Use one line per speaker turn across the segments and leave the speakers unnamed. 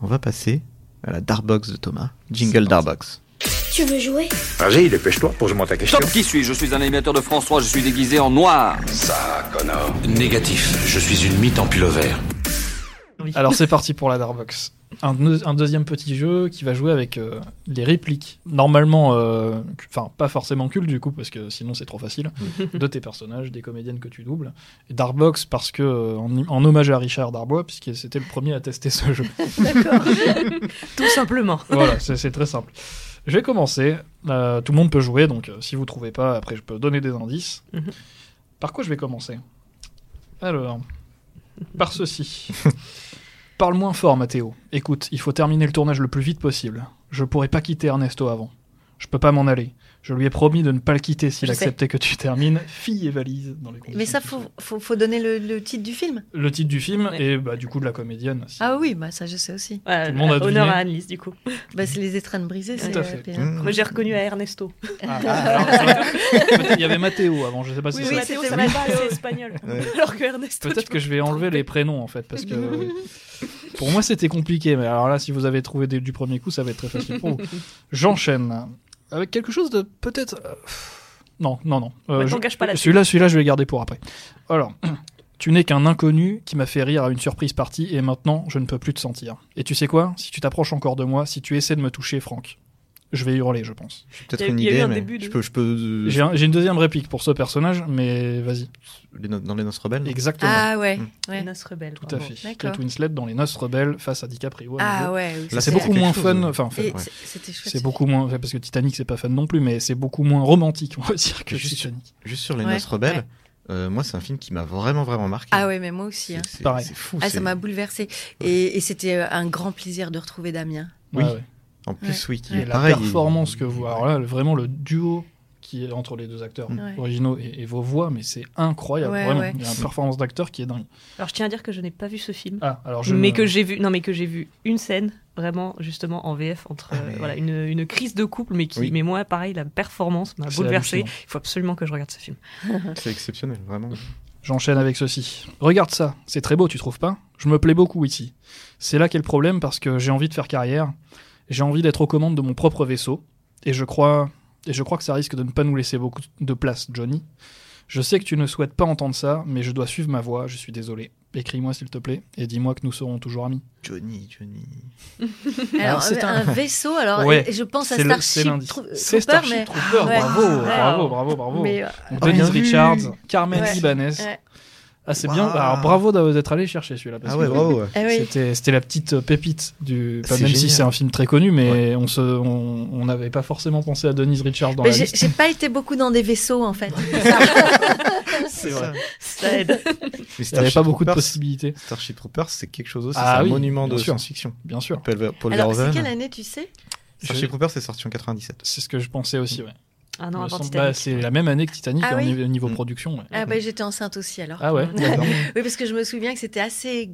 on va passer à la Darbox de Thomas. Jingle Darbox.
Tu veux jouer
Vas-y, dépêche-toi, pose-moi ta question.
Stop, qui suis-je Je suis un animateur de France 3, je suis déguisé en noir.
Ça, Connor.
Négatif, je suis une mythe en pullover.
Alors c'est parti pour la Darbox. Un, deux- un deuxième petit jeu qui va jouer avec euh, les répliques. Normalement, euh, cu- enfin pas forcément culte du coup, parce que sinon c'est trop facile, de tes personnages, des comédiennes que tu doubles. Et Darbox parce que, euh, en, en hommage à Richard Darbois, puisque c'était le premier à tester ce jeu.
D'accord. Tout simplement.
voilà, c'est c'est très simple. Je vais commencer. Euh, tout le monde peut jouer, donc euh, si vous trouvez pas, après je peux donner des indices.
Mhm.
Par quoi je vais commencer Alors, par ceci. Parle moins fort, Mathéo. Écoute, il faut terminer le tournage le plus vite possible. Je pourrais pas quitter Ernesto avant. Je peux pas m'en aller. Je lui ai promis de ne pas le quitter s'il
Je sais.
acceptait que tu termines Fille et valise dans les conditions
Mais ça,
qui
faut,
sont.
faut, faut donner le, le titre du film.
Le titre du film
Ouais.
et bah, du coup de la comédienne. si-
Ah oui, bah ça je sais aussi.
Voilà,
Tout le monde a
honneur
deviné.
à Annelise, du coup.
Bah c'est les étrennes brisées,
Tout
c'est
à
euh,
fait.
P1.
Mmh.
Moi, j'ai reconnu à Ernesto.
Ah, alors, ça- peut-être- Il y avait Mathéo avant, je sais pas si
Oui,
ça
oui,
c'est
Mathéo, ça
vrai.
va pas, c'est espagnol.
Ouais.
Alors que Ernesto.
Peut-être que je vais enlever les prénoms en fait, parce que oui. pour moi c'était compliqué, mais alors là, si vous avez trouvé des- du premier coup, ça va être très facile pour vous. J'enchaîne avec quelque chose de peut-être. euh, Non, non, non. Euh,
Bah,
je-
t'engages pas là-dessus.
celui-là, celui-là, je vais garder pour après. Alors, tu n'es qu'un inconnu qui m'a fait rire à une surprise partie, et maintenant, je ne peux plus te sentir. Et tu sais quoi Si tu t'approches encore de moi, si tu essaies de me toucher, Franck, je vais hurler, je pense.
J'ai peut-être
Il y a-
une
il y a eu
idée,
un
mais
début de-
je peux, je peux euh,
J'ai un- j'ai une deuxième réplique pour ce personnage, mais vas-y.
les no- dans les noces rebelles.
Exactement.
Ah ouais,
Mmh.
ouais.
Noce rebelle.
Tout à
vraiment.
fait.
d'accord.
Kate Winslet dans Les Noces Rebelles face à DiCaprio. à nouveau.
Ah ouais, oui,
Là,
C'est
c'est
beaucoup
quelque
moins
chose,
fun,
ouais.
enfin fun.
Et
Ouais.
c'est- C'était chouette.
C'est beaucoup moins, parce que Titanic c'est pas fun non plus, mais c'est beaucoup moins romantique, on va dire, que
Juste-
Titanic.
Juste sur les
Ouais,
noces rebelles, euh, moi c'est un film qui m'a vraiment vraiment marqué.
Ah ouais, mais moi aussi.
c'est
hein.
c'est-
Pareil.
c'est fou.
Ah,
c'est-
ça m'a bouleversé. Et, et c'était euh, un grand plaisir de retrouver Damien.
Oui.
Ouais, ouais.
En plus, oui, qui
Et
est
la
pareil.
performance
il-
que vous. Alors là, le- vraiment le duo qui est entre les deux acteurs
Ouais.
originaux et, et vos voix, mais c'est incroyable,
Ouais,
vraiment.
ouais.
Il y a une performance d'acteur qui est dingue.
Alors, je tiens à dire que je n'ai pas vu ce film.
Ah, alors je.
mais
ne-
que j'ai vu non mais que j'ai vu une scène vraiment justement en VF entre euh,
Ah, mais-
voilà une, une crise de couple mais qui
Oui.
mais moi pareil la performance m'a
C'est
bouleversé il
hallucinant.
faut absolument que je regarde ce film
C'est exceptionnel, vraiment.
J'enchaîne avec ceci. Regarde ça, c'est très beau, tu trouves pas Je me plais beaucoup ici. C'est là qu'est le problème parce que j'ai envie de faire carrière, j'ai envie d'être aux commandes de mon propre vaisseau, et je crois, et je crois que ça risque de ne pas nous laisser beaucoup de place, Johnny. Je sais que tu ne souhaites pas entendre ça, mais je dois suivre ma voix, je suis désolé. Écris-moi s'il te plaît, et dis-moi que nous serons toujours amis.
Johnny, Johnny. Ah,
Alors, euh,
Alors, Ah, c'est
un...
un-
vaisseau, alors
Ouais.
et- et je pense à
C'est le- c'est
Starship
l'indice.
Tro- Trooper,
C'est Starship
mais...
Trooper,
Ouais.
bravo,
Wow.
bravo, bravo, bravo.
mais, euh,
Donc,
Ah,
Denise
bien vu.
Richards, Carmen
Ouais.
Ibanez.
Ouais.
Ah, c'est
Waouh.
bien. Alors, bravo d'a- d'être allé chercher celui-là. parce
Ah ouais,
que-
bravo. ouais.
eh oui.
C'était, c'était la petite euh, pépite du. pas
C'est
même si
génial.
c'est un film très connu, mais on se, on on n'avait pas forcément pensé à Denise Richards dans
Mais
la
j'ai
liste.
j'ai pas été beaucoup dans des vaisseaux en fait.
C'est vrai.
ça aide
Mais
Il n'y avait
Starship
pas beaucoup de
Troopers,
possibilités,
Starship Troopers, c'est quelque chose aussi.
Ah
c'est
oui,
un monument
bien
de
sûr.
science-fiction.
bien sûr.
Paul, Paul
Alors c'est
Verhoeven.
quelle année tu sais
Starship Troopers, c'est sorti en 97.
C'est ce que je pensais aussi. Ouais.
ah non
Il me
avant
semble-
Titanic.
bah, c'est la même année que Titanic hein,
Ah
au
oui.
niveau, niveau
Mm.
production. ouais.
Ah bah j'étais enceinte aussi alors.
Ah ouais.
D'accord.
Oui parce que je me souviens que c'était assez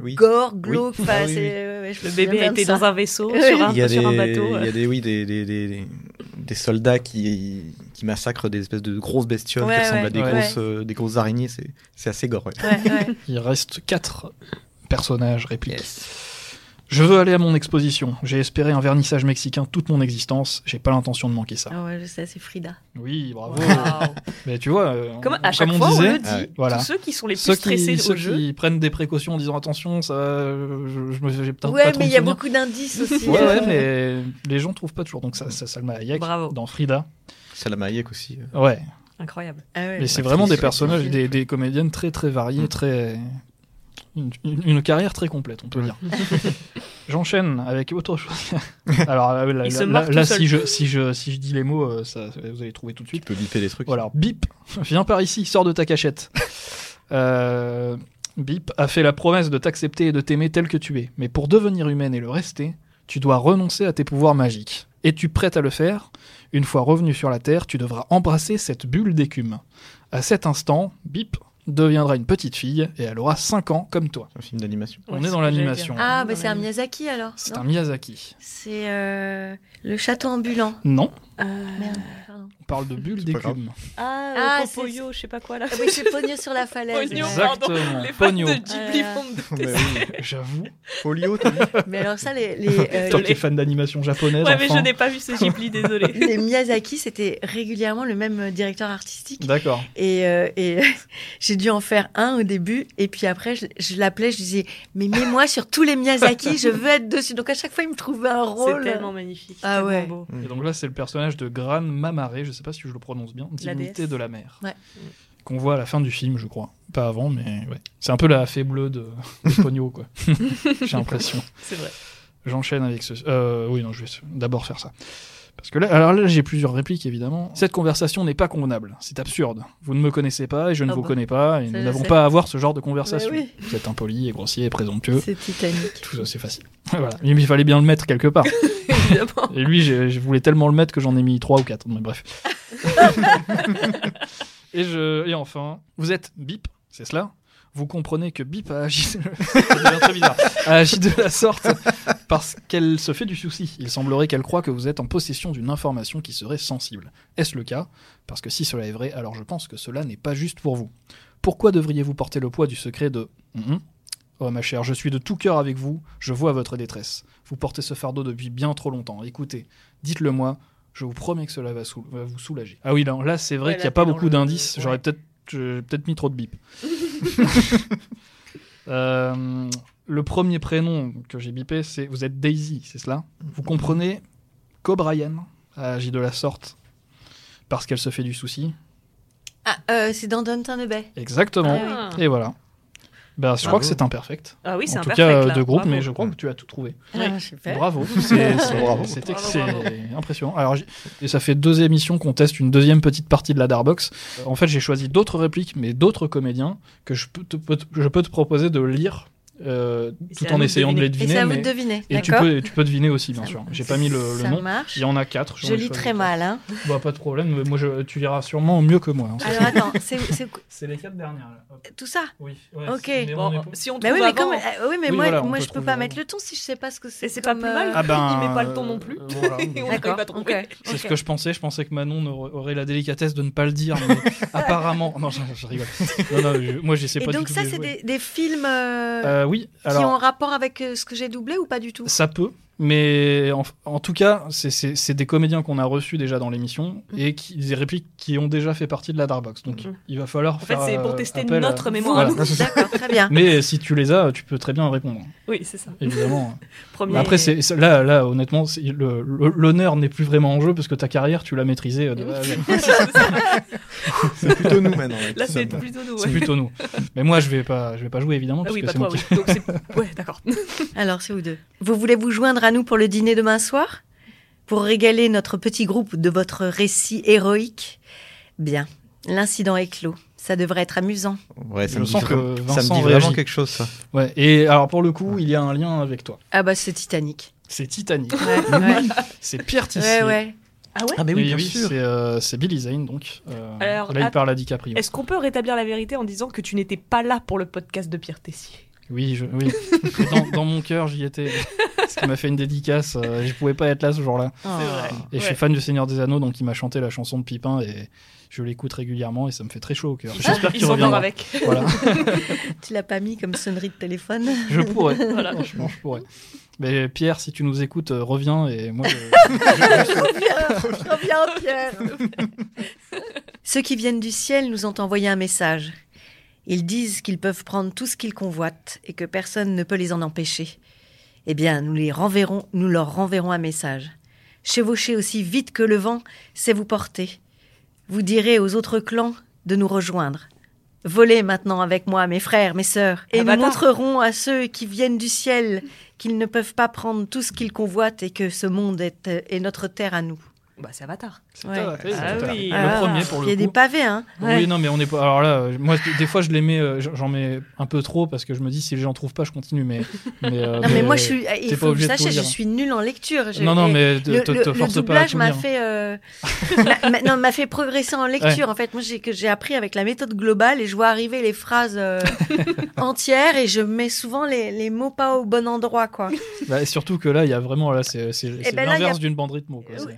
Oui.
gore, glauque. enfin,
Ah oui,
c'est-
oui.
ouais, ouais, je me
le
souviens
bébé a
bien de
été
ça.
dans un vaisseau
Oui.
Hein,
sur un,
il y a des,
sur un bateau
il y
euh.
a des, oui, des, des, des, des soldats qui, qui massacrent des espèces de grosses bestioles
Ouais,
qui ressemblent
ouais,
à des,
ouais.
grosses, euh, des grosses araignées. C'est, c'est assez gore. ouais.
Ouais, ouais.
Il reste quatre personnages répliques. Je veux aller à mon exposition. J'ai espéré un vernissage mexicain toute mon existence. J'ai pas l'intention de manquer ça.
Ah ouais, je sais, c'est Frida.
Oui, bravo.
Waouh.
Mais tu vois, euh,
comme
on-
à chaque
on
fois on,
disait,
le dit
Ah ouais.
voilà.
tous ceux qui sont les plus
ceux
stressés
qui,
au
ceux
jeu
qui prennent des précautions en disant attention, ça, euh, je, je me j'ai peut-être
Ouais,
pas trop
mais
de
il y a
souvenirs.
beaucoup d'indices aussi.
Ouais,
euh,
ouais, mais les gens trouvent pas toujours. Donc ça, ça Salma Hayek
Bravo.
dans Frida.
Salama Hayek aussi. euh,
Ouais,
incroyable
Ah ouais.
mais c'est
Actrice,
vraiment des
ouais.
personnages, des, des comédiennes très très variées,
Mm.
très une, une- une carrière très complète, on peut dire. J'enchaîne avec autre chose. Alors euh, là, là,
Il se
là-
marre tout
là,
seul.
si je si je si je dis les mots, euh, ça, vous allez trouver tout de
Tu
suite.
peux bipper des trucs.
Voilà, alors, bip, viens par ici, sors de ta cachette. Euh, bip a fait la promesse de t'accepter et de t'aimer tel que tu es. Mais pour devenir humaine et le rester, tu dois renoncer à tes pouvoirs magiques. Es-tu prête à le faire Une fois revenu sur la Terre, tu devras embrasser cette bulle d'écume. À cet instant, bip, deviendra une petite fille et elle aura 5 ans comme toi.
C'est un film d'animation.
On
Ouais,
est
c'est
dans
ce que j'allais
l'animation.
dire.
Ah,
On est
bah
dans
c'est un
l'animation.
Miyazaki alors.
C'est
non
un Miyazaki.
C'est euh, le château ambulant.
Non,
Euh,
Merde, pardon.
on parle de bulles
C'est pas
d'écume.
Ah,
Ah,
euh, Popoyo, je sais pas quoi là.
Ah oui, c'est Pogno sur la falaise.
Pogno.
Exactement,
Les fans
Pogno.
de Ghibli
Euh,
font de-
Mais oui.
J'avoue.
Folio, t'as dit
Mais alors ça, les, les, euh,
Toi
Désolé.
qui es fan d'animation japonaise,
Ouais, mais je
enfin.
n'ai pas vu ce Ghibli, désolé.
les Miyazaki, c'était régulièrement le même directeur artistique.
D'accord.
Et, euh, et j'ai dû en faire un au début. Et puis après, je, je l'appelais, je disais, mais mets-moi sur tous les Miyazaki, je veux être dessus. Donc à chaque fois, il me trouvait un
C'est
rôle.
tellement magnifique.
Ah
tellement
ouais.
beau.
Et donc là, c'est le personnage de Gran Mamare, je sais pas si je le prononce bien,
La
divinité
déesse.
de la mer.
Ouais.
Qu'on voit à la fin du film, je crois. Pas avant, mais ouais. C'est un peu la fée bleue de, de Pogno, quoi. J'ai l'impression.
C'est vrai.
J'enchaîne avec ce. euh, oui, non, je vais d'abord faire ça. Parce que là, alors là, j'ai plusieurs répliques évidemment. Cette conversation n'est pas convenable. C'est absurde. Vous ne me connaissez pas et je ne
Ah
vous
bah.
connais pas et
Ça,
nous
je
n'avons
sais.
pas à avoir ce genre de conversation.
Mais oui.
Vous êtes impoli et grossier et présomptueux.
C'est Titanic.
Tout ça, c'est facile. voilà. Mais il fallait bien le mettre quelque part.
Évidemment.
Et lui, j'ai- je voulais tellement le mettre que j'en ai mis 3 ou 4. Mais bref. et, je, et enfin, vous êtes bip, c'est cela Vous comprenez que bip a agi, ça devient très bizarre, a agi de la sorte parce qu'elle se fait du souci. Il semblerait qu'elle croit que vous êtes en possession d'une information qui serait sensible. Est-ce le cas Parce que si cela est vrai, alors je pense que cela n'est pas juste pour vous. Pourquoi devriez-vous porter le poids du secret de... Mhm. Oh ma chère, je suis de tout cœur avec vous, je vois votre détresse. Vous portez ce fardeau depuis bien trop longtemps. Écoutez, dites-le moi, je vous promets que cela va, soul- va vous soulager. Ah oui, là, là, c'est vrai
Ouais,
qu'il n'y
là,
a pas
t'es dans
beaucoup
le-
d'indices,
ouais.
j'aurais peut-être j'ai peut-être mis trop de bip. Euh, le premier prénom que j'ai bipé, c'est vous êtes Daisy, c'est cela Vous comprenez qu'O'Brien a agi de la sorte parce qu'elle se fait du souci
Ah, euh, c'est dans Downton Abbey.
Exactement.
Ah,
Et voilà. Bah, je crois
Bravo.
que c'est imperfect.
Ah oui, c'est
en
un
tout
perfect,
cas, euh,
là.
de groupe,
Bravo.
mais je crois que tu as tout trouvé.
Ah, super.
Bravo, c'est
Bravo.
c'est- c'est-
Bravo,
c'est
bravo.
impressionnant. Alors, j'ai- et ça fait deux émissions qu'on teste une deuxième petite partie de la Darbox. En fait, j'ai choisi d'autres répliques, mais d'autres comédiens que je peux te, peux te- je peux te proposer de lire euh,
Et
tout
c'est à
en
nous de
essayant de les
Et
deviner.
c'est à
mais-
vous de deviner.
et tu
d'accord
peux, et tu peux deviner aussi, bien
Ça-
sûr. J'ai pas mis le, le
ça
nom.
marche.
Il y en a quatre. j'en
Je
ai
lis
choisi
très
quatre.
mal. Hein.
Bah, pas de problème. mais Moi, je- tu liras sûrement mieux que moi. hein, ça.
Alors attends, c'est c'est
C'est les quatre dernières. là. Hop.
tout ça
Oui. ouais,
Ok.
c'est- mais on est
Bon,
pas-
si on
Bah
trouve
oui, mais,
avant,
comme- euh, oui, mais
Oui,
moi,
voilà, on
moi
peut
je peux
trouver
pas
avant.
mettre le ton si je sais pas ce que c'est.
Et c'est pas
comme,
plus mal.
euh,
Ah ben,
Il met pas le ton non plus.
euh, voilà.
Et on
D'accord.
peut pas trouver.
ok,
C'est ce
ok.
que je pensais. Je pensais que Manon n'aurait- aurait la délicatesse de ne pas le dire. mais apparemment. Non, je, je rigole. Non, non, je- moi, je sais
Et
pas
donc
du tout.
ça,
les
c'est
jouer.
des, des films euh,
Euh, oui, alors.
qui ont rapport avec euh, ce que j'ai doublé ou pas du tout
Ça peut, mais en, en tout cas, c'est- c'est c'est des comédiens qu'on a reçus déjà dans l'émission
Mm.
et qui, des répliques qui ont déjà fait partie de la Darbox. Donc
Mhm.
il va falloir
En fait, c'est pour tester notre mémoire.
voilà.
D'accord, très bien.
Mais si tu les as, tu peux très bien répondre, hein,
Oui, c'est ça.
évidemment.
Premier.
Mais Après, c'est c'est- là, là, honnêtement, c'est- le- le- l'honneur n'est plus vraiment en jeu parce que ta carrière, tu l'as maîtrisée. euh, de A à Z.
C'est plutôt nous maintenant. ouais,
Là,
tout
c'est
simplement.
plutôt nous.
C'est
ouais.
plutôt nous. Mais moi, je vais pas, je vais pas jouer évidemment
Ah
parce
oui,
que
pas
c'est
toi,
moi
oui.
qui-
Donc c'est- Ouais, d'accord.
Alors, c'est vous deux. Vous voulez vous joindre à nous pour le dîner demain soir Pour régaler notre petit groupe de votre récit héroïque Bien, l'incident est clos. Ça devrait être amusant.
Ouais,
Je
ça me, dit
sens que
vraiment- ça me
Vincent
dit
réagit.
vraiment quelque chose, ça.
Ouais. Et alors pour le coup, il y a un lien avec toi.
Ah bah, c'est Titanic.
C'est Titanic.
Ouais, ouais,
c'est Pierre
ouais,
Tissier.
ouais.
Ah, mais oui,
Et
bien
oui,
sûr.
c'est euh, c'est Billy Zane, donc. euh,
Alors,
là, il
att-
parle à DiCaprio.
Est-ce qu'on peut rétablir la vérité en disant que tu n'étais pas là pour le podcast de Pierre Tessier
Oui, je- oui. Mais dans, dans mon cœur, j'y étais. Ce qui m'a fait une dédicace. euh, je pouvais pas être là ce jour-là.
Oh,
vrai.
Et je suis fan du Seigneur des Anneaux, donc il m'a chanté la chanson de Pipin et je l'écoute régulièrement et ça me fait très chaud au cœur. J'espère
Il
qu'il
s'endort
reviendra.
avec.
Voilà.
Tu l'as pas mis comme sonnerie de téléphone
Je pourrais. Franchement, je pourrais. Mais Pierre, si tu nous écoutes, euh, reviens et moi. je-
Ceux qui viennent du ciel nous ont envoyé un message. Ils disent qu'ils peuvent prendre tout ce qu'ils convoitent et que personne ne peut les en empêcher. Eh bien, nous, les renverrons, nous leur renverrons un message. Chevauchez aussi vite que le vent, c'est vous porter. Vous direz aux autres clans de nous rejoindre. Volez maintenant avec moi, mes frères, mes sœurs, et
Ah,
nous
bâtard.
montrerons à ceux qui viennent du ciel qu'ils ne peuvent pas prendre tout ce qu'ils convoitent et que ce monde est, est euh, notre terre à nous.
Bah, c'est Avatar.
C'est
Ouais.
Avatar, oui, c'est
Ah
Avatar.
oui.
Le
Ah,
premier pour
Il y
le
a des
coup.
pavés, hein.
Oui, non, mais on n'est pas. Alors là, euh, moi, des- des fois, je les mets, euh, j'en mets un peu trop parce que je me dis si j'en trouve pas, je continue. Mais, mais, euh,
Non, mais moi, je suis. eh,
t'es
Il
pas
faut que
obligé
vous
de tout
sachiez, je
lire.
suis nulle en lecture. Je-
Non, non, mais te,
Le,
te-
le-
te
le
force pas à
doublage
tout
m'a
lire.
fait, euh, m'a- m'a- non, m'a fait progresser en lecture. En fait, moi, j'ai que j'ai appris avec la méthode globale et je vois arriver les phrases euh, entières et je mets souvent les, les mots pas au bon endroit, quoi.
Bah, et surtout que là, il y a vraiment là, c'est c'est- c'est
ben là,
l'inverse
il y a-
d'une bande rythmo. quoi. C'est-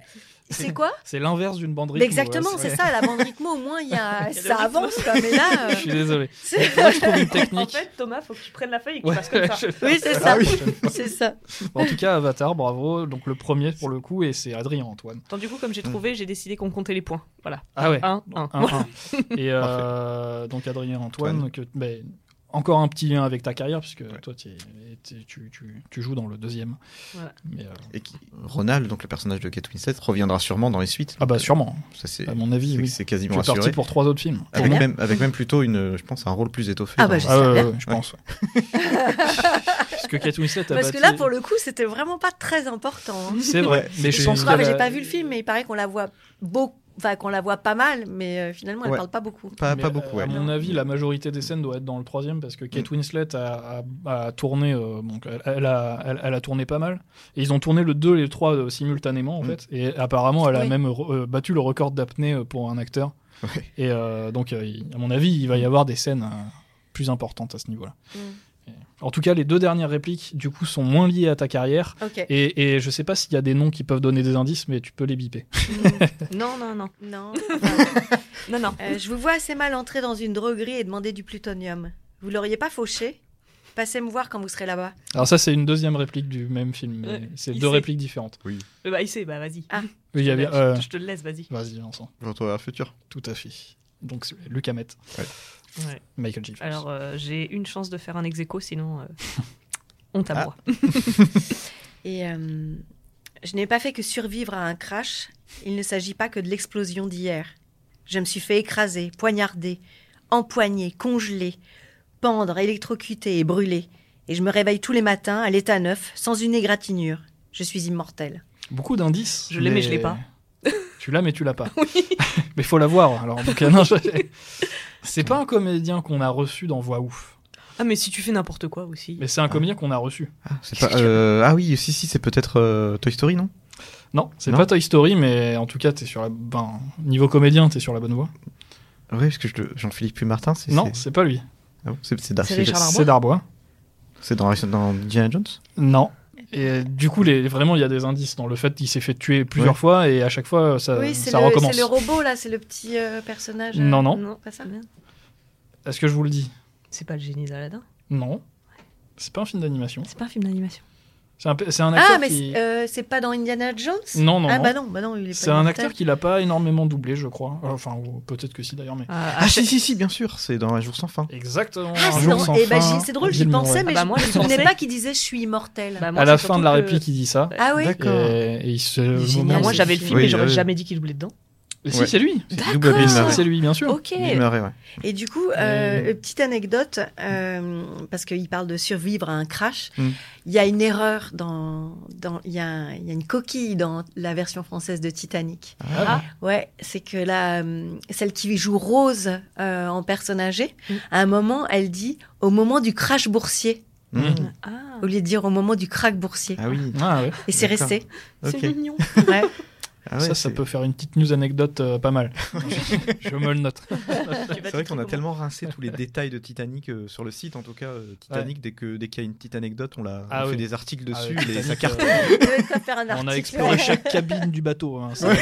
C'est quoi
C'est l'inverse d'une bande rythmo.
Mais Exactement,
là,
c'est ça. La bande rythmo, au moins, il y a, ça avance, quoi. Mais là, euh,
Je suis désolé.
c'est-
Là, je trouve une
En
technique.
fait, Thomas, faut que tu prennes la feuille et que
Ouais,
tu fasses comme ça.
je vais faire
oui, c'est
ça.
ça. C'est ça.
Bon, en tout cas, Avatar, bravo. Donc le premier pour le coup, et c'est Adrien Antoine.
Attends, du coup, comme j'ai trouvé, j'ai décidé qu'on comptait les points. Voilà.
Ah ouais.
1, 1.
Un, un. Et euh, donc Adrien Antoine,
Antoine.
que- ben, encore un petit lien avec ta carrière, puisque
Ouais.
toi, t'y es- t'y- tu, tu- tu joues dans le deuxième.
Voilà.
Mais, euh,
Et qui, Ronald, donc le personnage de Kate Winslet, reviendra sûrement dans les suites.
Ah bah
Donc,
sûrement,
Ça, c'est
à mon avis,
c'est-
oui.
c'est
Tu
quasiment
es parti
assuré.
pour trois autres films.
Avec
Pour
même, avec même plutôt une, je pense, un rôle plus étoffé.
Ah
dans-
bah, je-
Ah ouais,
savais.
ouais, ouais, je pense. ouais. Parce que Kate Winslet a
Parce que
bâti-
là, pour le coup, c'était vraiment pas très important. hein.
C'est vrai, mais je
Je
pense
pense
qu'elle
j'ai
a-
pas vu le film, mais il paraît qu'on la voit beaucoup, enfin qu'on la voit pas mal, mais euh, finalement elle
Ouais.
parle pas beaucoup.
pas, Ah,
Mais,
pas
euh,
beaucoup. ouais.
À
Mm.
mon avis, la majorité des scènes doit être dans le troisième parce que Kate Winslet a, a- a tourné, euh, donc elle, elle a, elle, elle a tourné pas mal. Et ils ont tourné le 2 et le 3 euh, simultanément en
Mm.
fait. Et apparemment, elle a
Oui.
même re- euh, battu le record d'apnée euh, pour un acteur.
Ouais.
Et euh, donc, euh, il- à mon avis, il va y avoir des scènes euh, plus importantes à ce niveau-là.
Mm.
Et- En tout cas, les deux dernières répliques, du coup, sont moins liées à ta carrière.
Ok.
Et, et je sais pas s'il y a des noms qui peuvent donner des indices, mais tu peux les biper.
Non, non, non.
Non.
Non, non.
Euh, je vous vois assez mal entrer dans une droguerie et demander du plutonium. Vous l'auriez pas fauché Passez me voir quand vous serez là-bas.
Alors ça, c'est une deuxième réplique du même film. mais
Ouais,
c'est
il
deux
sait.
répliques différentes.
Euh, Bah, il sait, bah, vas-y.
Ah.
Oui, il y
Je te
avait,
laisse-
euh,
Je te le laisse, vas-y.
Vas-y, Vincent.
Retour vers le futur.
Tout à fait. Donc, c'est Luc Hamet,
Ouais.
Michael J. Fox.
Alors, euh, j'ai une chance de faire un ex aequo, sinon, euh, on
Ah,
t'aboie.
Et euh, je n'ai pas fait que survivre à un crash. Il ne s'agit pas que de l'explosion d'hier. Je me suis fait écraser, poignarder, empoigner, congeler, pendre, électrocuter et brûler. Et je me réveille tous les matins à l'état neuf, sans une égratignure. Je suis immortel.
Beaucoup d'indices.
Je l'ai, mais je l'ai pas.
Tu l'as, mais tu l'as pas. mais faut l'avoir. Alors, donc, euh, non, je- C'est pas un comédien qu'on a reçu dans Voix Ouf,
Ah, mais si tu fais n'importe quoi aussi.
mais c'est un comédien qu'on a reçu.
Ah, c'est pas, euh, ah oui, si, si, c'est peut-être euh, Toy Story, non
Non, c'est
Non.
pas Toy Story, mais en tout cas, t'es sur la. Ben, niveau comédien, t'es sur la bonne voie.
Oui, parce que je le- Jean-Philippe Puy Martin, c'est.
Non,
c'est
c'est pas lui.
ah bon, c'est- c'est Darcy.
C'est Richard
C'est
Darbois
Darbois.
C'est dans, dans Indiana Jones
Non. Et du coup, les, vraiment, il y a des indices dans le fait qu'il s'est fait tuer plusieurs
Ouais.
fois et à chaque fois, ça,
oui, c'est
Euh, ça
le,
recommence.
c'est le robot, là, c'est le petit euh, personnage. euh,
Non, non.
pas ça
Merde.
Est-ce que je vous le dis
C'est pas le génie d'Aladin.
Non. C'est pas un film d'animation.
C'est pas un film d'animation.
C'est un, p- c'est un acteur
Ah, mais
qui...
c'est, euh, c'est pas dans Indiana Jones
Non, non,
Ah,
non.
bah non, bah non, il est pas
C'est un
immortel.
acteur qui l'a pas énormément doublé, je crois. Enfin, ou peut-être que si d'ailleurs, mais...
Ah,
Ah, si, si, si, bien sûr, c'est dans Un jour sans fin.
Exactement.
Ah,
un
c'est
jour
dans-
sans
eh ben,
fin,
j'y- c'est drôle, j'y
Bill Murray.
pensais, mais
Ah bah,
je
moi,
ne
j'y
me souvenais
pensais.
pas qu'il disait « je suis immortel
Bah, moi,
À la
c'est
fin de
surtout
la
que-
réplique, il dit ça. Ah,
Ah oui
Et, et il se... au
Génial,
Bah,
moment où-
moi,
c'est
j'avais le
le
film,
film.
mais j'aurais
Oui,
jamais dit qu'il doublait dedans.
Et Si,
Ouais.
c'est lui.
C'est double Bill
D'accord.
Murray.
C'est lui, bien sûr.
Ok.
Bill Murray, ouais.
Et du coup, euh, euh, petite anecdote, euh, parce qu'il parle de survivre à un crash.
Mm.
Il y a une erreur dans, dans il, y a, un- il y a une coquille dans la version française de Titanic.
Ah,
Ouais, c'est que la hum, celle qui joue Rose euh, en personnage âgé,
Mm.
à un moment, elle dit au moment du crash boursier
Mhm.
Mhm.
Ah,
au lieu de dire au moment du crack boursier.
Ah oui.
Ah ouais.
Et c'est
d'accord.
resté.
c'est
Ok.
mignon.
Ouais.
Ah ouais,
ça, ça
c'est-
peut faire une petite news anecdote euh, pas mal. je me le note.
Bah,
C'est vrai qu'on a tellement rincé tous les détails de Titanic euh, sur le site, en tout cas euh, Titanic, dès que dès qu'il y a une petite anecdote, on, l'a, on
Ah oui.
fait des articles
Ah
dessus,
oui,
et ça
Titanic,
cartonne.
euh,
Je vais pas faire un article.
on a exploré chaque cabine du bateau. hein, ça-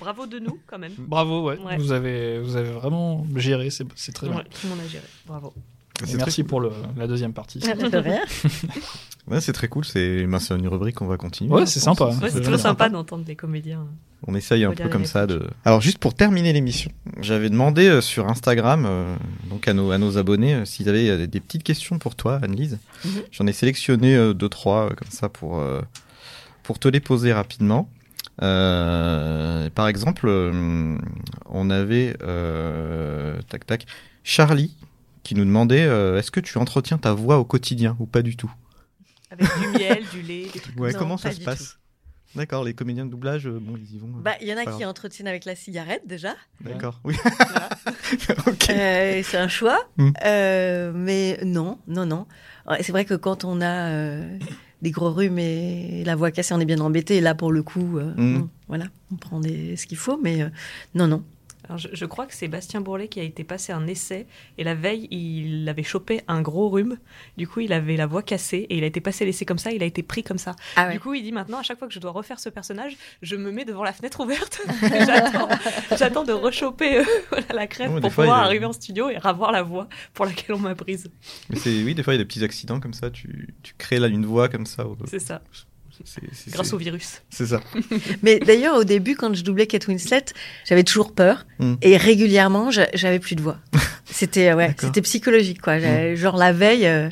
Bravo de nous, quand même.
Bravo, ouais.
Ouais.
Vous, avez, vous avez vraiment géré, c'est c'est très bien.
Ouais, tout le monde a géré. Bravo.
Et
C'est
merci pour le- la deuxième partie.
De rien.
très- ouais, c'est très cool, c'est, ben, c'est une rubrique qu'on va continuer.
Ouais,
je
c'est
pense.
sympa.
Ouais, c'est
Ouais,
toujours
ouais.
sympa d'entendre des comédiens. euh,
On essaye un
Faut
peu
dire
comme
les
ça de. Alors juste pour terminer l'émission, j'avais demandé euh, sur Instagram, euh, donc à nos, à nos abonnés, euh, s'ils avaient euh, des petites questions pour toi, Annelise.
Mhm.
J'en ai sélectionné euh, deux trois euh, comme ça pour euh, pour te les poser rapidement. Euh, par exemple, euh, on avait euh, tac tac Charlie qui nous demandait euh, est-ce que tu entretiens ta voix au quotidien ou pas du tout
Avec du miel, du lait, des trucs
Ouais,
Non,
comment ça
pas
se
du
passe D'accord, les comédiens de doublage, euh, bon, ils y vont. euh,
Bah, il y en a
pas
qui
grave.
entretiennent avec la cigarette déjà.
D'accord, oui. ok.
Euh, c'est un choix.
Mm.
Euh, mais non, non, non. Ouais, C'est vrai que quand on a euh, des gros rhumes et la voix cassée, on est bien embêté. Et là, pour le coup, euh,
Mm.
bon, voilà, on prend des- ce qu'il faut. Mais euh, non, non.
Alors, je, je crois que c'est Bastien Bourlet qui a été passé un essai et la veille il avait chopé un gros rhume. Du coup il avait la voix cassée et il a été passé l'essai comme ça, il a été pris comme ça.
Ah
Du coup il dit maintenant à chaque fois que je dois refaire ce personnage, je me mets devant la fenêtre ouverte. J'attends- J'attends de rechoper euh, voilà, la crève
Non, mais des
pour
fois, il
pouvoir
y a-
arriver en studio et avoir la voix pour laquelle on m'a prise.
Mais c'est, oui, des fois, il y a des petits accidents comme ça. Tu, tu crées là une voix comme ça. au-
C'est ça,
c'est- c'est-
grâce
c'est-
au virus.
C'est ça.
Mais d'ailleurs, au début, quand je doublais Kate Winslet, j'avais toujours peur.
Mm.
Et régulièrement, j'a- j'avais plus de voix. C'était euh, ouais,
D'accord. Hmm.
c'était psychologique, quoi. J'avais- Genre la veille, euh,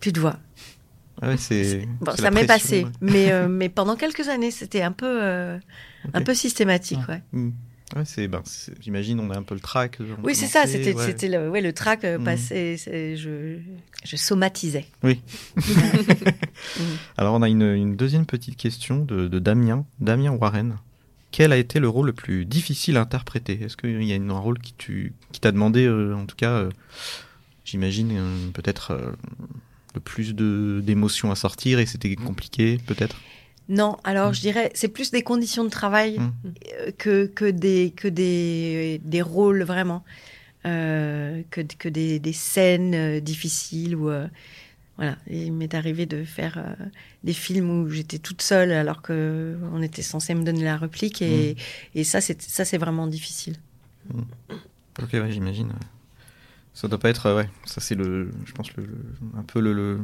plus de voix.
Ah ouais, c'est,
Bon,
c'est
ça
la
m'est passé,
pression, ouais.
mais, euh, mais pendant quelques années, c'était un peu, euh, un
Ok.
peu systématique. Ouais.
Mm. Ouais, c'est, ben, c'est- j'imagine, on a un peu le trac. genre,
Oui, c'est
commencer,
ça, c'était
ouais.
c'était le, ouais, le trac euh,
Mhm.
passé, c'est- je, je somatisais.
Alors, on a une, une deuxième petite question de, de Damien, Damien Warren. Quel a été le rôle le plus difficile à interpréter Est-ce qu'il y a une- un rôle qui, tu, qui t'a demandé, euh, en tout cas, euh, j'imagine, euh, peut-être euh, le plus de, d'émotions à sortir et c'était compliqué, peut-être
Non, alors je dirais, c'est plus des conditions de travail
Mhm.
euh, que, que, des, que des, des rôles vraiment, euh, que, que des, des scènes euh, difficiles. Où, euh, voilà, il m'est arrivé de faire euh, des films où j'étais toute seule alors que on était censé me donner la réplique
Mhm.
et, et ça, c'est, ça, c'est vraiment difficile.
Ok, ouais, j'imagine. Ça doit pas être, euh, ouais, ça c'est le, je pense le, le- un peu le, le-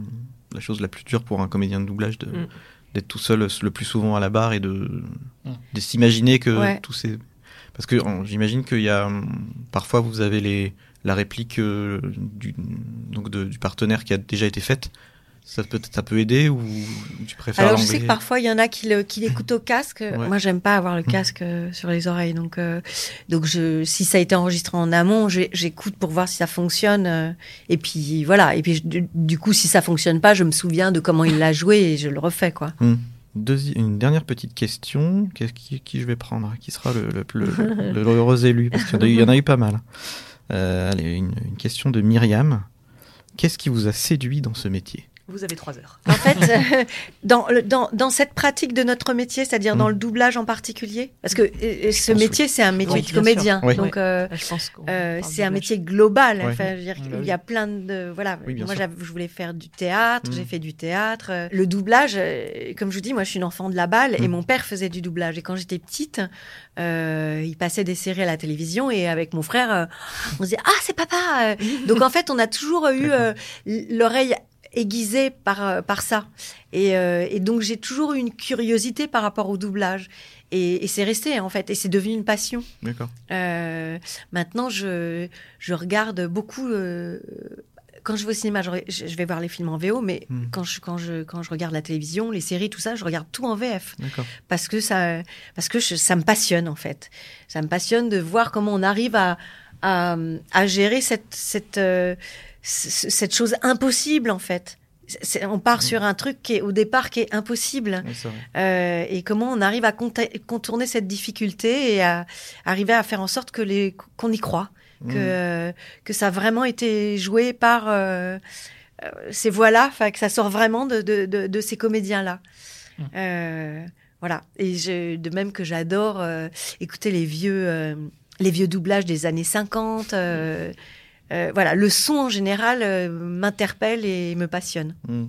la chose la plus dure pour un comédien de doublage de,
Mm.
d'être tout seul euh, le plus souvent à la barre et de,
Mm.
de s'imaginer que
Ouais.
tous ces, parce que en- j'imagine qu'il y a, hum, parfois vous avez les, la réplique euh, du, donc de- du partenaire qui a déjà été faite. Ça peut, ça peut aider ou tu préfères
Alors, je sais
l'anglais
que parfois, il y en a qui, le- qui l'écoutent au casque. Moi, j'aime pas avoir le casque euh, sur les oreilles. Donc, euh, donc je, si ça a été enregistré en amont, j'ai- j'écoute pour voir si ça fonctionne. euh, et puis, voilà. Et puis, je- du, du coup, si ça fonctionne pas, je me souviens de comment il l'a joué et je le refais, quoi.
Deuxi- une dernière petite question. Qu'est-ce qui, qui je vais prendre hein, Qui sera le, le- le- le- le heureux élu Parce qu'il y en a eu- il y, en a eu pas mal. Euh, allez, une, une question de Myriam. Qu'est-ce qui vous a séduit dans ce métier
Vous avez trois heures.
En fait, euh, dans, le- dans, dans cette pratique de notre métier, c'est-à-dire
Mm.
dans le doublage en particulier, parce que euh, ce
pense,
métier, c'est un métier
Oui,
de
bien sûr.
comédien.
Oui.
Donc, euh,
Bah, Je pense qu'on
Euh,
parle
c'est un
de la
métier global.
Ouais.
Enfin, je veux dire,
Mmh, bah
il y a plein de voilà.
Oui, bien
moi,
sûr.
j'avais- je voulais faire du théâtre.
Mmh.
J'ai fait du théâtre. Euh, Le doublage, euh, comme je vous dis, moi, je suis une enfant de la balle et
Mmh.
mon père faisait du doublage. Et quand j'étais petite, euh, il passait des séries à la télévision et avec mon frère, euh, on disait ah c'est papa. Euh, Donc en fait, on a toujours eu euh, l'oreille aiguisée par euh, par ça. Et, euh, et donc j'ai toujours eu une curiosité par rapport au doublage. Et, et c'est resté en fait. Et c'est devenu une passion.
D'accord.
Euh, maintenant, je, je regarde beaucoup. euh, quand je vais au cinéma, je, re- je- je vais voir les films en VO, mais
Hmm.
quand, je, quand, je, quand je regarde la télévision, les séries, tout ça, je regarde tout en VF
D'accord.
parce que ça, parce que je- ça me passionne en fait. Ça me passionne de voir comment on arrive à, à, à gérer cette, cette, euh, ce- cette chose impossible en fait. C'est- c'est- on part sur un truc qui est au départ qui est impossible.
Ouais, c'est vrai.
Euh, et comment on arrive à conta- contourner cette difficulté et à arriver à faire en sorte que les qu'on y croit, que
Mm.
euh, que ça a vraiment été joué par euh, euh, ces voix-là, enfin que ça sort vraiment de de, de, de ces comédiens-là.
Mm.
Euh, voilà. Et je, de même que j'adore euh, écouter les vieux euh, les vieux doublages des années 50. euh, euh, voilà, le son en général euh, m'interpelle et me passionne.
Mm.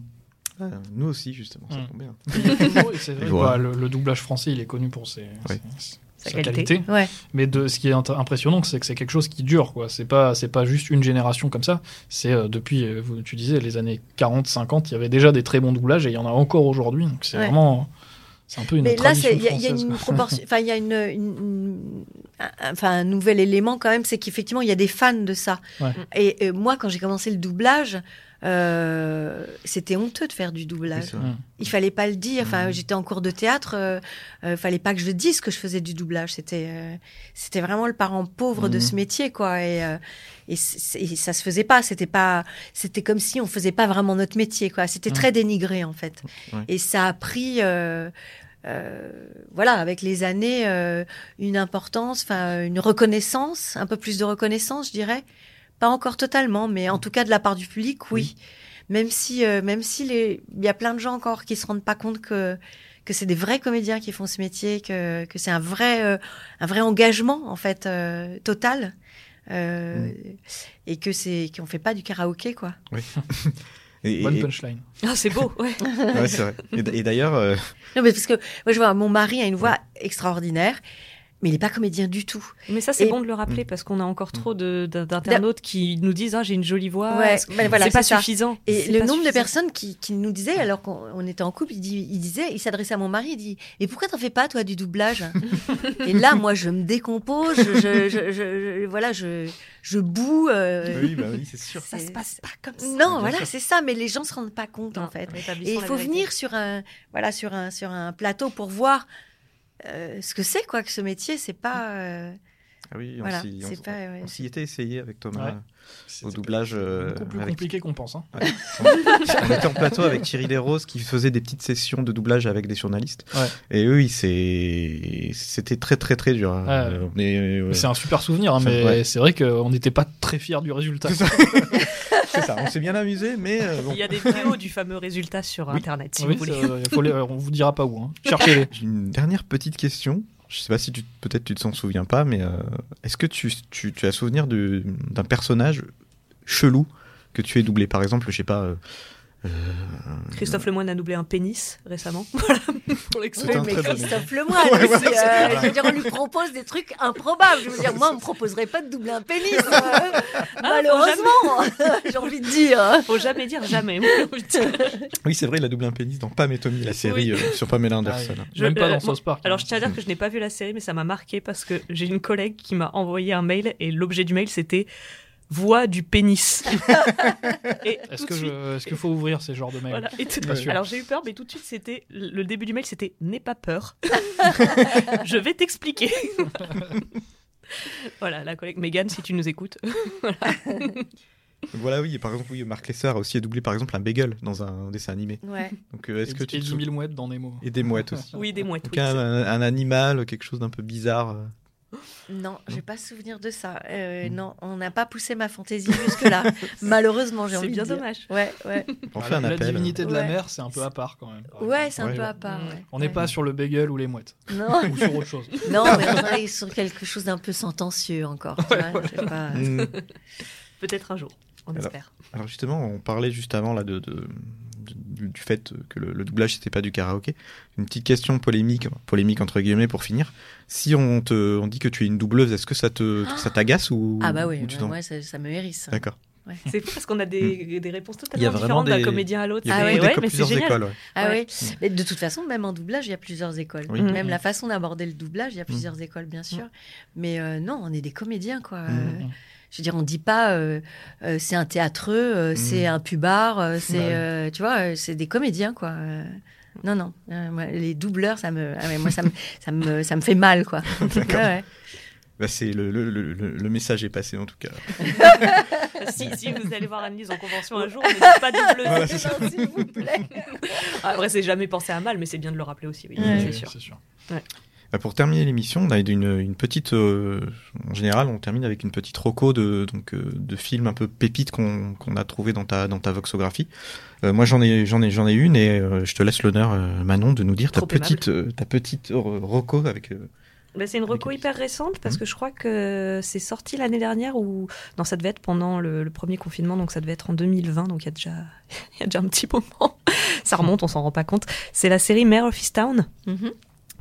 Ah.
Euh, nous aussi, justement, ça
Hmm.
Mm.
tombe bien.
Et c'est vrai,
Et voilà.
bah, le, le doublage français, il est connu pour ses,
Oui.
ses-
Sa
sa,
qualité.
qualité.
Ouais.
Mais de, ce qui est int- impressionnant, c'est que c'est quelque chose qui dure. quoi. C'est pas, c'est pas juste une génération comme ça. C'est euh, depuis, euh, vous- tu disais, les années 40, 50, il y avait déjà des très bons doublages et il y en a encore aujourd'hui. Donc c'est
Ouais.
vraiment. C'est un peu une
Mais là,
tradition
c'est- il y, a- il y a
française,
une
quoi.
proportion. Enfin, il y a une, une- une- un- enfin, un nouvel élément quand même, c'est qu'effectivement, il y a des fans de ça.
Ouais.
Et, euh, moi, quand j'ai commencé le doublage, euh, c'était honteux de faire du
Oui,
doublage.
c'est vrai.
il fallait pas le dire. Enfin,
Mhm.
j'étais en cours de théâtre, euh, euh, fallait pas que je le dise que je faisais du doublage. C'était, euh, c'était vraiment le parent pauvre de
Mhm.
ce métier, quoi. Et, euh, et, c- c- et ça se faisait pas. C'était pas, c'était comme si on faisait pas vraiment notre métier, quoi. C'était
Mhm.
très dénigré en fait.
Ouais.
Et ça a pris. euh, euh, voilà, avec les années, euh, une importance, enfin une reconnaissance, un peu plus de reconnaissance, je dirais. Pas encore totalement, mais en tout cas de la part du public, oui. Même si, euh, même si les, il y a plein de gens encore qui se rendent pas compte que que c'est des vrais comédiens qui font ce métier, que que c'est un vrai, euh, un vrai engagement en fait euh, total, euh, et que c'est qu'on fait pas du karaoké quoi.
Et,
Bonne
et-
punchline.
Ah, c'est beau, ouais.
ouais, c'est vrai. Et d- et d'ailleurs, euh,
Non, mais parce que moi, je vois, mon mari a une voix extraordinaire, mais il n'est pas comédien du tout.
Mais ça, c'est
Et-
bon de le rappeler parce qu'on a encore trop de- d- d'internautes qui nous disent Ah, j'ai une jolie voix.
Ouais,
Est-ce que-
ben voilà,
c'est pas
c'est ça.
suffisant.
Et
C'est
le
pas
nombre de
suffisant.
personnes qui, qui nous disaient, alors qu'on on était en couple, il, dit- il disait, il s'adressait à mon mari, il dit Mais pourquoi t'en fais pas, toi, du doublage Et là, moi, je me décompose, je, je, je- je- je- voilà, je, je boue. euh,
oui, bah oui, c'est sûr.
Ça se passe pas comme ça.
Non, voilà, c'est ça, mais les gens se rendent pas compte, en fait. Et
Rétablissons
il
la
faut
vérité.
venir sur un, voilà, sur un, sur un plateau pour voir euh, ce que c'est, quoi, que ce métier. C'est pas. euh,
Ah oui, on
Voilà,
s'y- on
c'est
s-
pas, ouais.
on s'y était essayé avec Thomas
Ouais.
euh,
C'est
au doublage. euh,
beaucoup plus
avec-
compliqué qu'on pense. hein.
on était en plateau avec Thierry Desroses qui faisait des petites sessions de doublage avec des journalistes.
Ouais.
Et oui, c'est c'était très très très dur. hein.
Ouais.
Euh, on est- ouais.
Mais C'est un super souvenir, hein,
Ça-
mais
ouais.
c'est vrai qu'on n'était pas très fiers du résultat.
C'est ça, on s'est bien amusé, mais euh, bon.
Il y a des vidéos du fameux résultat sur Internet, si
Oui,
vous voulez.
ça, il faut les- on vous dira pas où. hein. Cherchez-les.
J'ai une dernière petite question. Je sais pas si tu peut-être tu te s'en souviens pas, mais euh, est-ce que tu, tu, tu as souvenir de- d'un personnage chelou que tu aies doublé, par exemple, je sais pas. euh, euh,
Christophe Lemoine a doublé un pénis récemment. Voilà, pour
C'était
Oui,
l'extrait.
un
mais
très bon
Christophe Lemoine
Ouais,
aussi,
ouais, c'est
euh,
vrai.
je veux dire, on lui propose des trucs improbables. Je veux dire, moi, on me proposerait pas de doubler un pénis, euh, malheureusement, j'ai envie de dire.
Faut jamais dire jamais.
Oui, c'est vrai, il a doublé un pénis dans Pam et Tommy, la série euh, sur Pamela Anderson.
Ah,
Je-
Même pas
euh,
dans
moi-
South Park. hein.
Alors je tiens à dire que je n'ai pas vu la série, mais ça m'a marqué parce que j'ai une collègue qui m'a envoyé un mail et l'objet du mail c'était voix du pénis. et
Est-ce
tout de
que
suite,
je- est-ce qu'il faut ouvrir ces genres de mails
voilà, et tout-
Pas sûr.
Alors j'ai eu peur, mais tout de suite c'était le début du mail c'était n'aie pas peur. je vais t'expliquer. voilà la collègue Megan, si tu nous écoutes.
Donc voilà, oui, et par exemple, oui, Marc Lesser a aussi doublé par exemple un bagel dans un dessin animé.
Ouais.
Donc euh, est-ce que
Et-
tu
et
te
10
souviens
000 mouettes dans Nemo.
Et des mouettes aussi.
Oui des mouettes.
Donc
oui.
un, un animal, quelque chose d'un peu bizarre. euh.
Non, j'ai pas souvenir de ça. Euh, non, on n'a pas poussé ma fantaisie jusque-là. Malheureusement, j'ai
C'est
envie
bien
de dire.
dommage.
Ouais, ouais,
On
Voilà,
fait un
la
appel.
divinité de la
Ouais.
mer, c'est un peu à part quand même.
ouais, c'est un
Ouais.
peu à part. ouais.
On n'est
Ouais.
pas sur le bagel ou les mouettes.
Non,
ou sur autre chose.
non, mais on est sur quelque chose d'un peu sentencieux encore. tu vois, je sais pas.
Mm.
Peut-être un jour, on
Alors,
espère.
Alors justement, on parlait juste avant là de, de- du, du fait que le, le doublage c'était pas du karaoké. Une petite question polémique, polémique entre guillemets pour finir. Si on te on dit que tu es une doubleuse, est-ce que ça te ça t'agace ou
Ah bah oui,
ou tu
bah,
t'en-
moi, ça, ça me hérisse.
D'accord.
C'est fou parce qu'on a des, des réponses
Hmm. Il y a vraiment
totalement différentes
des-
d'un comédien à l'autre.
Il y a beaucoup
Ah ouais,
d'écoles,
ouais, mais c'est
plusieurs
génial.
écoles. ouais.
Ah
Ouais.
oui. Mais de toute façon, même en doublage, il y a plusieurs écoles.
Mm. Oui. Mm.
Même
Mhm.
la façon d'aborder le doublage, il y a plusieurs écoles, bien sûr. Mais euh, non, on est des comédiens, quoi.
Mm.
Euh,
Mhm.
Je veux dire, on dit pas euh, euh, c'est un théâtreux, euh,
Mm.
c'est un pubard, euh, c'est
Ouais.
euh, tu vois, euh, c'est des comédiens, quoi. Euh, non, non, Euh, moi, les doubleurs, ça me, ah ouais, moi, ça me, ça me, ça me fait mal, quoi. Ouais, ouais.
Bah, c'est le, le, le, le- le message est passé en tout cas.
Si, si vous allez voir Annelise en convention un jour, on n'est pas doubleuse.
Voilà, c'est ça.
Non, s'il vous plaît.
Ah, Après, c'est jamais pensé à mal, mais c'est bien de le rappeler aussi, oui,
Ouais.
c'est
Oui,
sûr.
C'est sûr.
Bah, pour terminer l'émission, on a une, une petite. euh, en général, on termine avec une petite roco de donc euh, de films un peu pépites qu'on qu'on a trouvé dans ta dans ta voxographie. Euh, moi, j'en ai j'en ai j'en ai une et euh, je te laisse l'honneur, euh, Manon, de nous dire ta
Trop aimable.
petite euh, ta petite euh, roco avec. euh,
Bah, c'est une reco
Nickel.
hyper récente
Mmh.
parce que je crois que c'est sorti l'année dernière ou non, ça devait être pendant le, le premier confinement, donc ça devait être en 2020, donc il y a déjà, il y a déjà un petit moment. Ça remonte, on s'en rend pas compte. C'est la série Mare of Easttown
Mhm.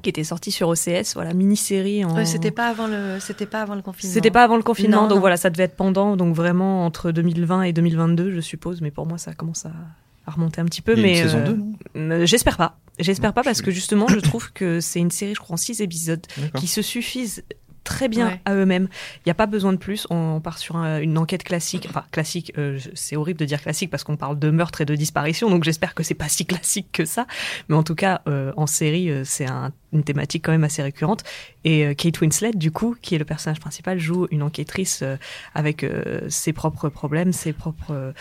qui était sortie sur OCS, voilà, mini-série en.
Ouais, c'était pas avant le, c'était pas avant le confinement.
C'était pas avant le confinement,
Non,
donc
non.
voilà, ça devait être pendant, donc vraiment entre 2020 et 2022, je suppose, mais pour moi, ça commence à, à remonter un petit peu.
il y a
mais
une saison
euh,
2, non
euh, J'espère pas. J'espère pas
Je
parce
sais
que justement, je trouve que c'est une série, je crois, en six épisodes
D'accord.
qui se suffisent très bien
Ouais.
à eux-mêmes. Il n'y a pas besoin de plus. On part sur un- une enquête classique. Enfin, classique, euh, je- c'est horrible de dire classique parce qu'on parle de meurtre et de disparition, donc j'espère que c'est pas si classique que ça. Mais en tout cas, euh, en série, euh, c'est un- une thématique quand même assez récurrente. Et euh, Kate Winslet, du coup, qui est le personnage principal, joue une enquêtrice euh, avec euh, ses propres problèmes, ses propres... euh,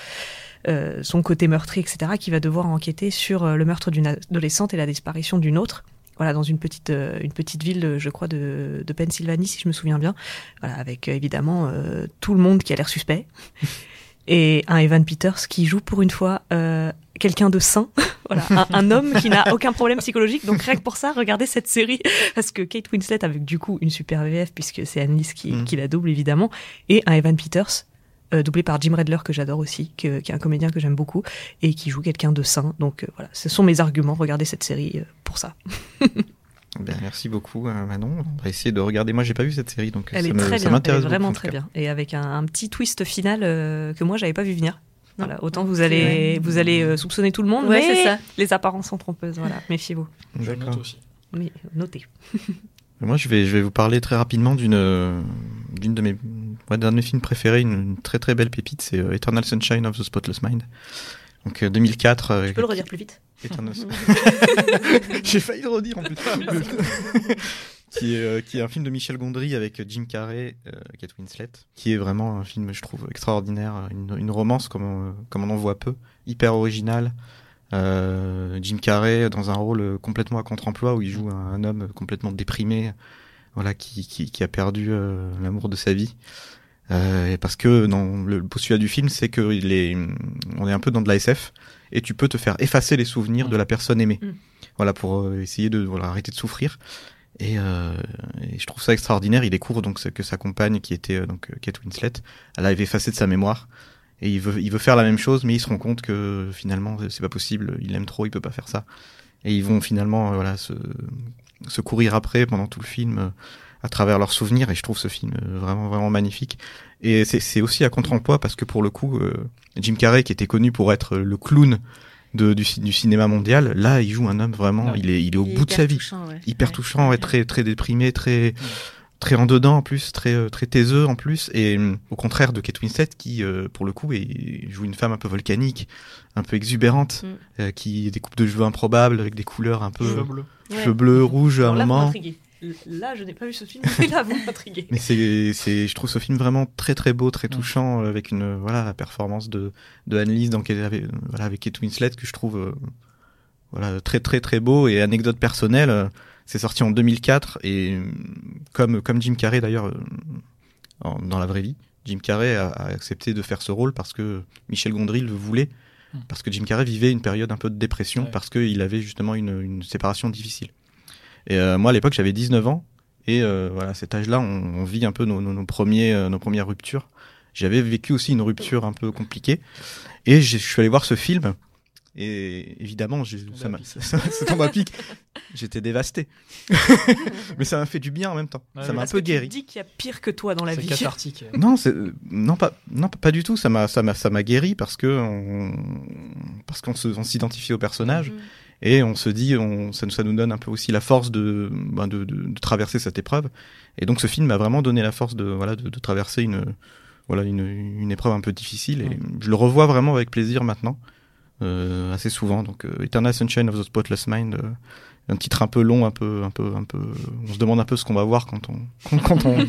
euh, son côté meurtrier, etc., qui va devoir enquêter sur euh, le meurtre d'une adolescente et la disparition d'une autre. voilà, dans une petite, euh, une petite ville, euh, je crois, de, de Pennsylvanie, si je me souviens bien. Voilà, avec euh, évidemment euh, tout le monde qui a l'air suspect. Et un Evan Peters qui joue pour une fois euh, quelqu'un de sain. voilà, un, un homme qui n'a aucun problème psychologique. Donc rien que pour ça, regardez cette série. Parce que Kate Winslet, avec du coup une super VF, puisque c'est Annelise qui,
Mhm.
qui la double évidemment, et un Evan Peters. euh, doublé par Jim Redler que j'adore aussi, que- qui est un comédien que j'aime beaucoup et qui joue quelqu'un de sain. Donc euh, voilà, ce sont mes arguments. Regardez cette série euh, pour ça.
Ben, merci beaucoup, euh, Manon. On va essayer de regarder. Moi, j'ai pas vu cette série, donc
Elle
ça
est
me- ça
très bien, elle est
m'intéresse beaucoup, en
vraiment
tout
très
cas.
bien. Et avec un, un petit twist final euh, que moi j'avais pas vu venir.
Non.
Voilà, autant vous allez, vous allez euh, soupçonner tout le monde,
Ouais,
mais
c'est ça.
les apparences sont trompeuses. Voilà, méfiez-vous.
D'accord.
Mais euh, notez.
Moi, je vais, je vais vous parler très rapidement d'une euh, d'une de mes ouais, d'un de mes films préférés, une, une très très belle pépite, c'est euh, Eternal Sunshine of the Spotless Mind. Donc euh, 2004. euh,
Je peux le redire plus vite.
Eternal- J'ai failli le redire en plus. qui, est, euh, qui est un film de Michel Gondry avec Jim Carrey, euh, Kate Winslet, qui est vraiment un film, je trouve, extraordinaire. Une, une romance comme on, comme on en voit peu, hyper originale. Euh, Jim Carrey dans un rôle euh, complètement à contre-emploi où il joue un, un homme complètement déprimé, voilà, qui, qui, qui a perdu euh, l'amour de sa vie. Euh, et parce que dans le postulat du film, c'est que il est, on est un peu dans de la SF et tu peux te faire effacer les souvenirs
Mm.
de la personne aimée.
Mm.
Voilà pour euh, essayer de voilà, arrêter de souffrir. Et, euh, et je trouve ça extraordinaire. Il découvre donc ce- que sa compagne, qui était euh, donc euh, Kate Winslet, elle avait effacé de sa mémoire. Et il veut, il veut faire la même chose, mais il se rend compte que finalement c'est pas possible. Il l'aime trop, il peut pas faire ça. Et ils vont finalement euh, voilà se, se courir après pendant tout le film euh, à travers leurs souvenirs. Et je trouve ce film euh, vraiment vraiment magnifique. Et c'est- c'est aussi à contre-emploi parce que pour le coup, euh, Jim Carrey, qui était connu pour être le clown de, du, ci- du cinéma mondial, là, il joue un homme vraiment,
Ouais.
il, est, il est au bout de sa vie. Hyper touchant, ouais, très, très déprimé, très, très en dedans en plus, très, euh, très taiseux en plus. Et hum, au contraire de Kate Winslet, qui, euh, pour le coup, est- joue une femme un peu volcanique, un peu exubérante, euh, qui découpe de cheveux improbables, avec des couleurs un peu
Cheveux bleus.
cheveux bleus, rouges à un
là, vous
moment.
m'intriguez. Là, je n'ai pas vu ce film, mais là, vous m'intriguez.
Mais c'est, c'est, je trouve ce film vraiment très très beau, très touchant, euh, avec une euh, voilà la performance de de Annelise dans Kate- avec, euh, voilà avec Kate Winslet que je trouve euh, voilà très très très beau et anecdote personnelle, euh, c'est sorti en 2004 et euh, comme comme Jim Carrey d'ailleurs euh, en- dans la vraie vie, Jim Carrey a, a accepté de faire ce rôle parce que Michel Gondry le voulait.
Mm.
Parce que Jim Carrey vivait une période un peu de dépression
Ouais.
parce qu'il avait justement une, une séparation difficile. Et euh, moi à l'époque j'avais 19 ans et euh, voilà, à cet âge-là, on, on vit un peu nos, nos, nos premiers, euh, nos premières ruptures. J'avais vécu aussi une rupture un peu compliquée. Et j'ai- je suis allé voir ce film. Et évidemment, j'ai-
tombé
ça
à
m'a-
pic.
ça ça tombe à pic. J'étais dévasté. Mais ça m'a fait du bien en même temps.
Ouais,
ça
mais
m'a un
Parce
peu
que tu
guéri.
dis qu'il y a pire que toi dans la
C'est
vie.
cathartique.
Non, c'est euh, non pas non pas pas du tout. Ça m'a ça m'a ça m'a guéri parce que on, parce qu'on se- on s'identifie au personnage
Mhm.
et on se dit on ça nous ça nous donne un peu aussi la force de ben, de, de- de traverser cette épreuve. Et donc ce film m'a vraiment donné la force de voilà de, de traverser une voilà une, une épreuve un peu difficile et je le revois vraiment avec plaisir maintenant euh, assez souvent. Donc euh, Eternal Sunshine of the Spotless Mind. euh, un titre un peu long, un peu, un peu, un peu. On se demande un peu ce qu'on va voir quand on, quand, quand on,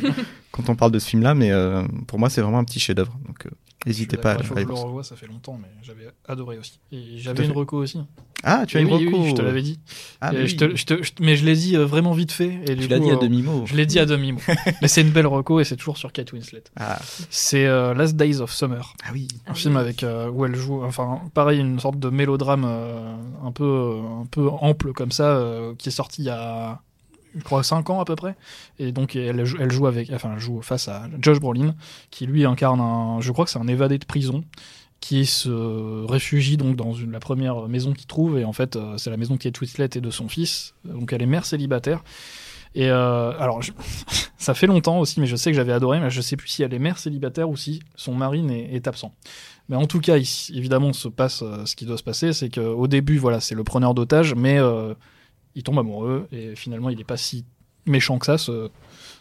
quand on parle de ce film-là, mais euh, pour moi, c'est vraiment un petit chef-d'œuvre. Donc, euh, n'hésitez pas. à
Il faut que
aller
je le
voir ça.
revoie, ça fait longtemps, mais j'avais adoré aussi. Et
Tout à
j'avais une
fait.
reco aussi.
Ah, tu as
Oui,
une
oui,
reco.
oui, je te l'avais dit.
Ah,
Et
mais
je
oui.
te- je te- je te- mais je l'ai dit euh, vraiment vite fait. Et du
Tu l'as
coup,
dit à
euh,
demi-mot.
Je l'ai dit à demi-mot. mais c'est une belle reco et c'est toujours sur Kate Winslet.
Ah,
C'est euh, Last Days of Summer,
ah oui.
un film avec euh, où elle joue, enfin pareil, une sorte de mélodrame euh, un peu euh, un peu ample comme ça, euh, qui est sorti il y a je crois 5 ans à peu près. Et donc elle, joue- elle joue avec, enfin elle joue face à Josh Brolin, qui lui incarne un, je crois que c'est un évadé de prison qui se réfugie donc dans une, la première maison qu'il trouve et en fait euh, c'est la maison qui est Twislet et de son fils donc elle est mère célibataire et euh, alors je- ça fait longtemps aussi mais je sais que j'avais adoré mais je sais plus si elle est mère célibataire ou si son mari n'est- est absent mais en tout cas ici, évidemment se passe euh, ce qui doit se passer c'est que au début voilà c'est le preneur d'otage mais euh, il tombe amoureux et finalement il est pas si méchant que ça ce,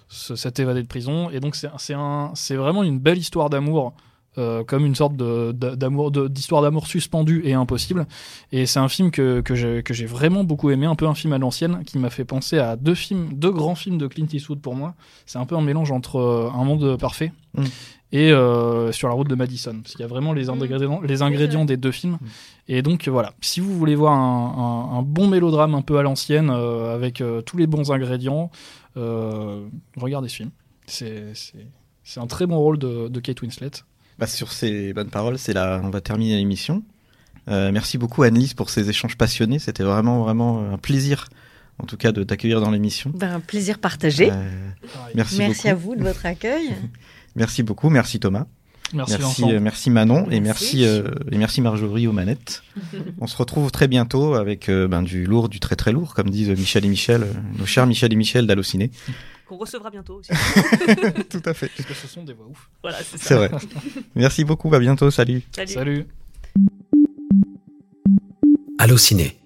ce- cet évadé de prison et donc c'est c'est un- c'est vraiment une belle histoire d'amour euh, comme une sorte de- d'a- d'amour, de- d'histoire d'amour suspendue et impossible. Et c'est un film que, que j'ai que j'ai vraiment beaucoup aimé, un peu un film à l'ancienne, qui m'a fait penser à deux films, deux grands films de Clint Eastwood pour moi. C'est un peu un mélange entre euh, Un monde parfait
Mm.
et euh, Sur la route de Madison. Parce qu'il y a vraiment les ingrédients, les ingrédients des deux films. Et donc euh, voilà, si vous voulez voir un, un- un bon mélodrame un peu à l'ancienne, euh, avec euh, tous les bons ingrédients, euh, regardez ce film. C'est- C'est c'est un très bon rôle de, de Kate Winslet.
Bah, sur ces bonnes paroles, c'est là, on va terminer l'émission. Euh, merci beaucoup Annelise pour ces échanges passionnés. C'était vraiment vraiment euh, un plaisir, en tout cas, de t'accueillir dans l'émission.
Ben, un plaisir partagé.
Euh, merci,
Merci
beaucoup.
à vous de votre accueil.
Merci beaucoup. Merci Thomas.
Merci,
Merci,
Vincent.
euh, merci Manon et
Merci.
merci, euh, et merci Marjorie aux manettes. On se retrouve très bientôt avec euh, ben, du lourd, du très très lourd, comme disent Michel et Michel, euh, nos chers Michel et Michel d'Allociné.
Qu'on recevra bientôt aussi.
Tout à fait.
Parce que ce sont des voix ouf.
voilà, c'est ça.
C'est vrai. merci beaucoup, à bientôt, salut.
Salut.
Salut.
Allociné,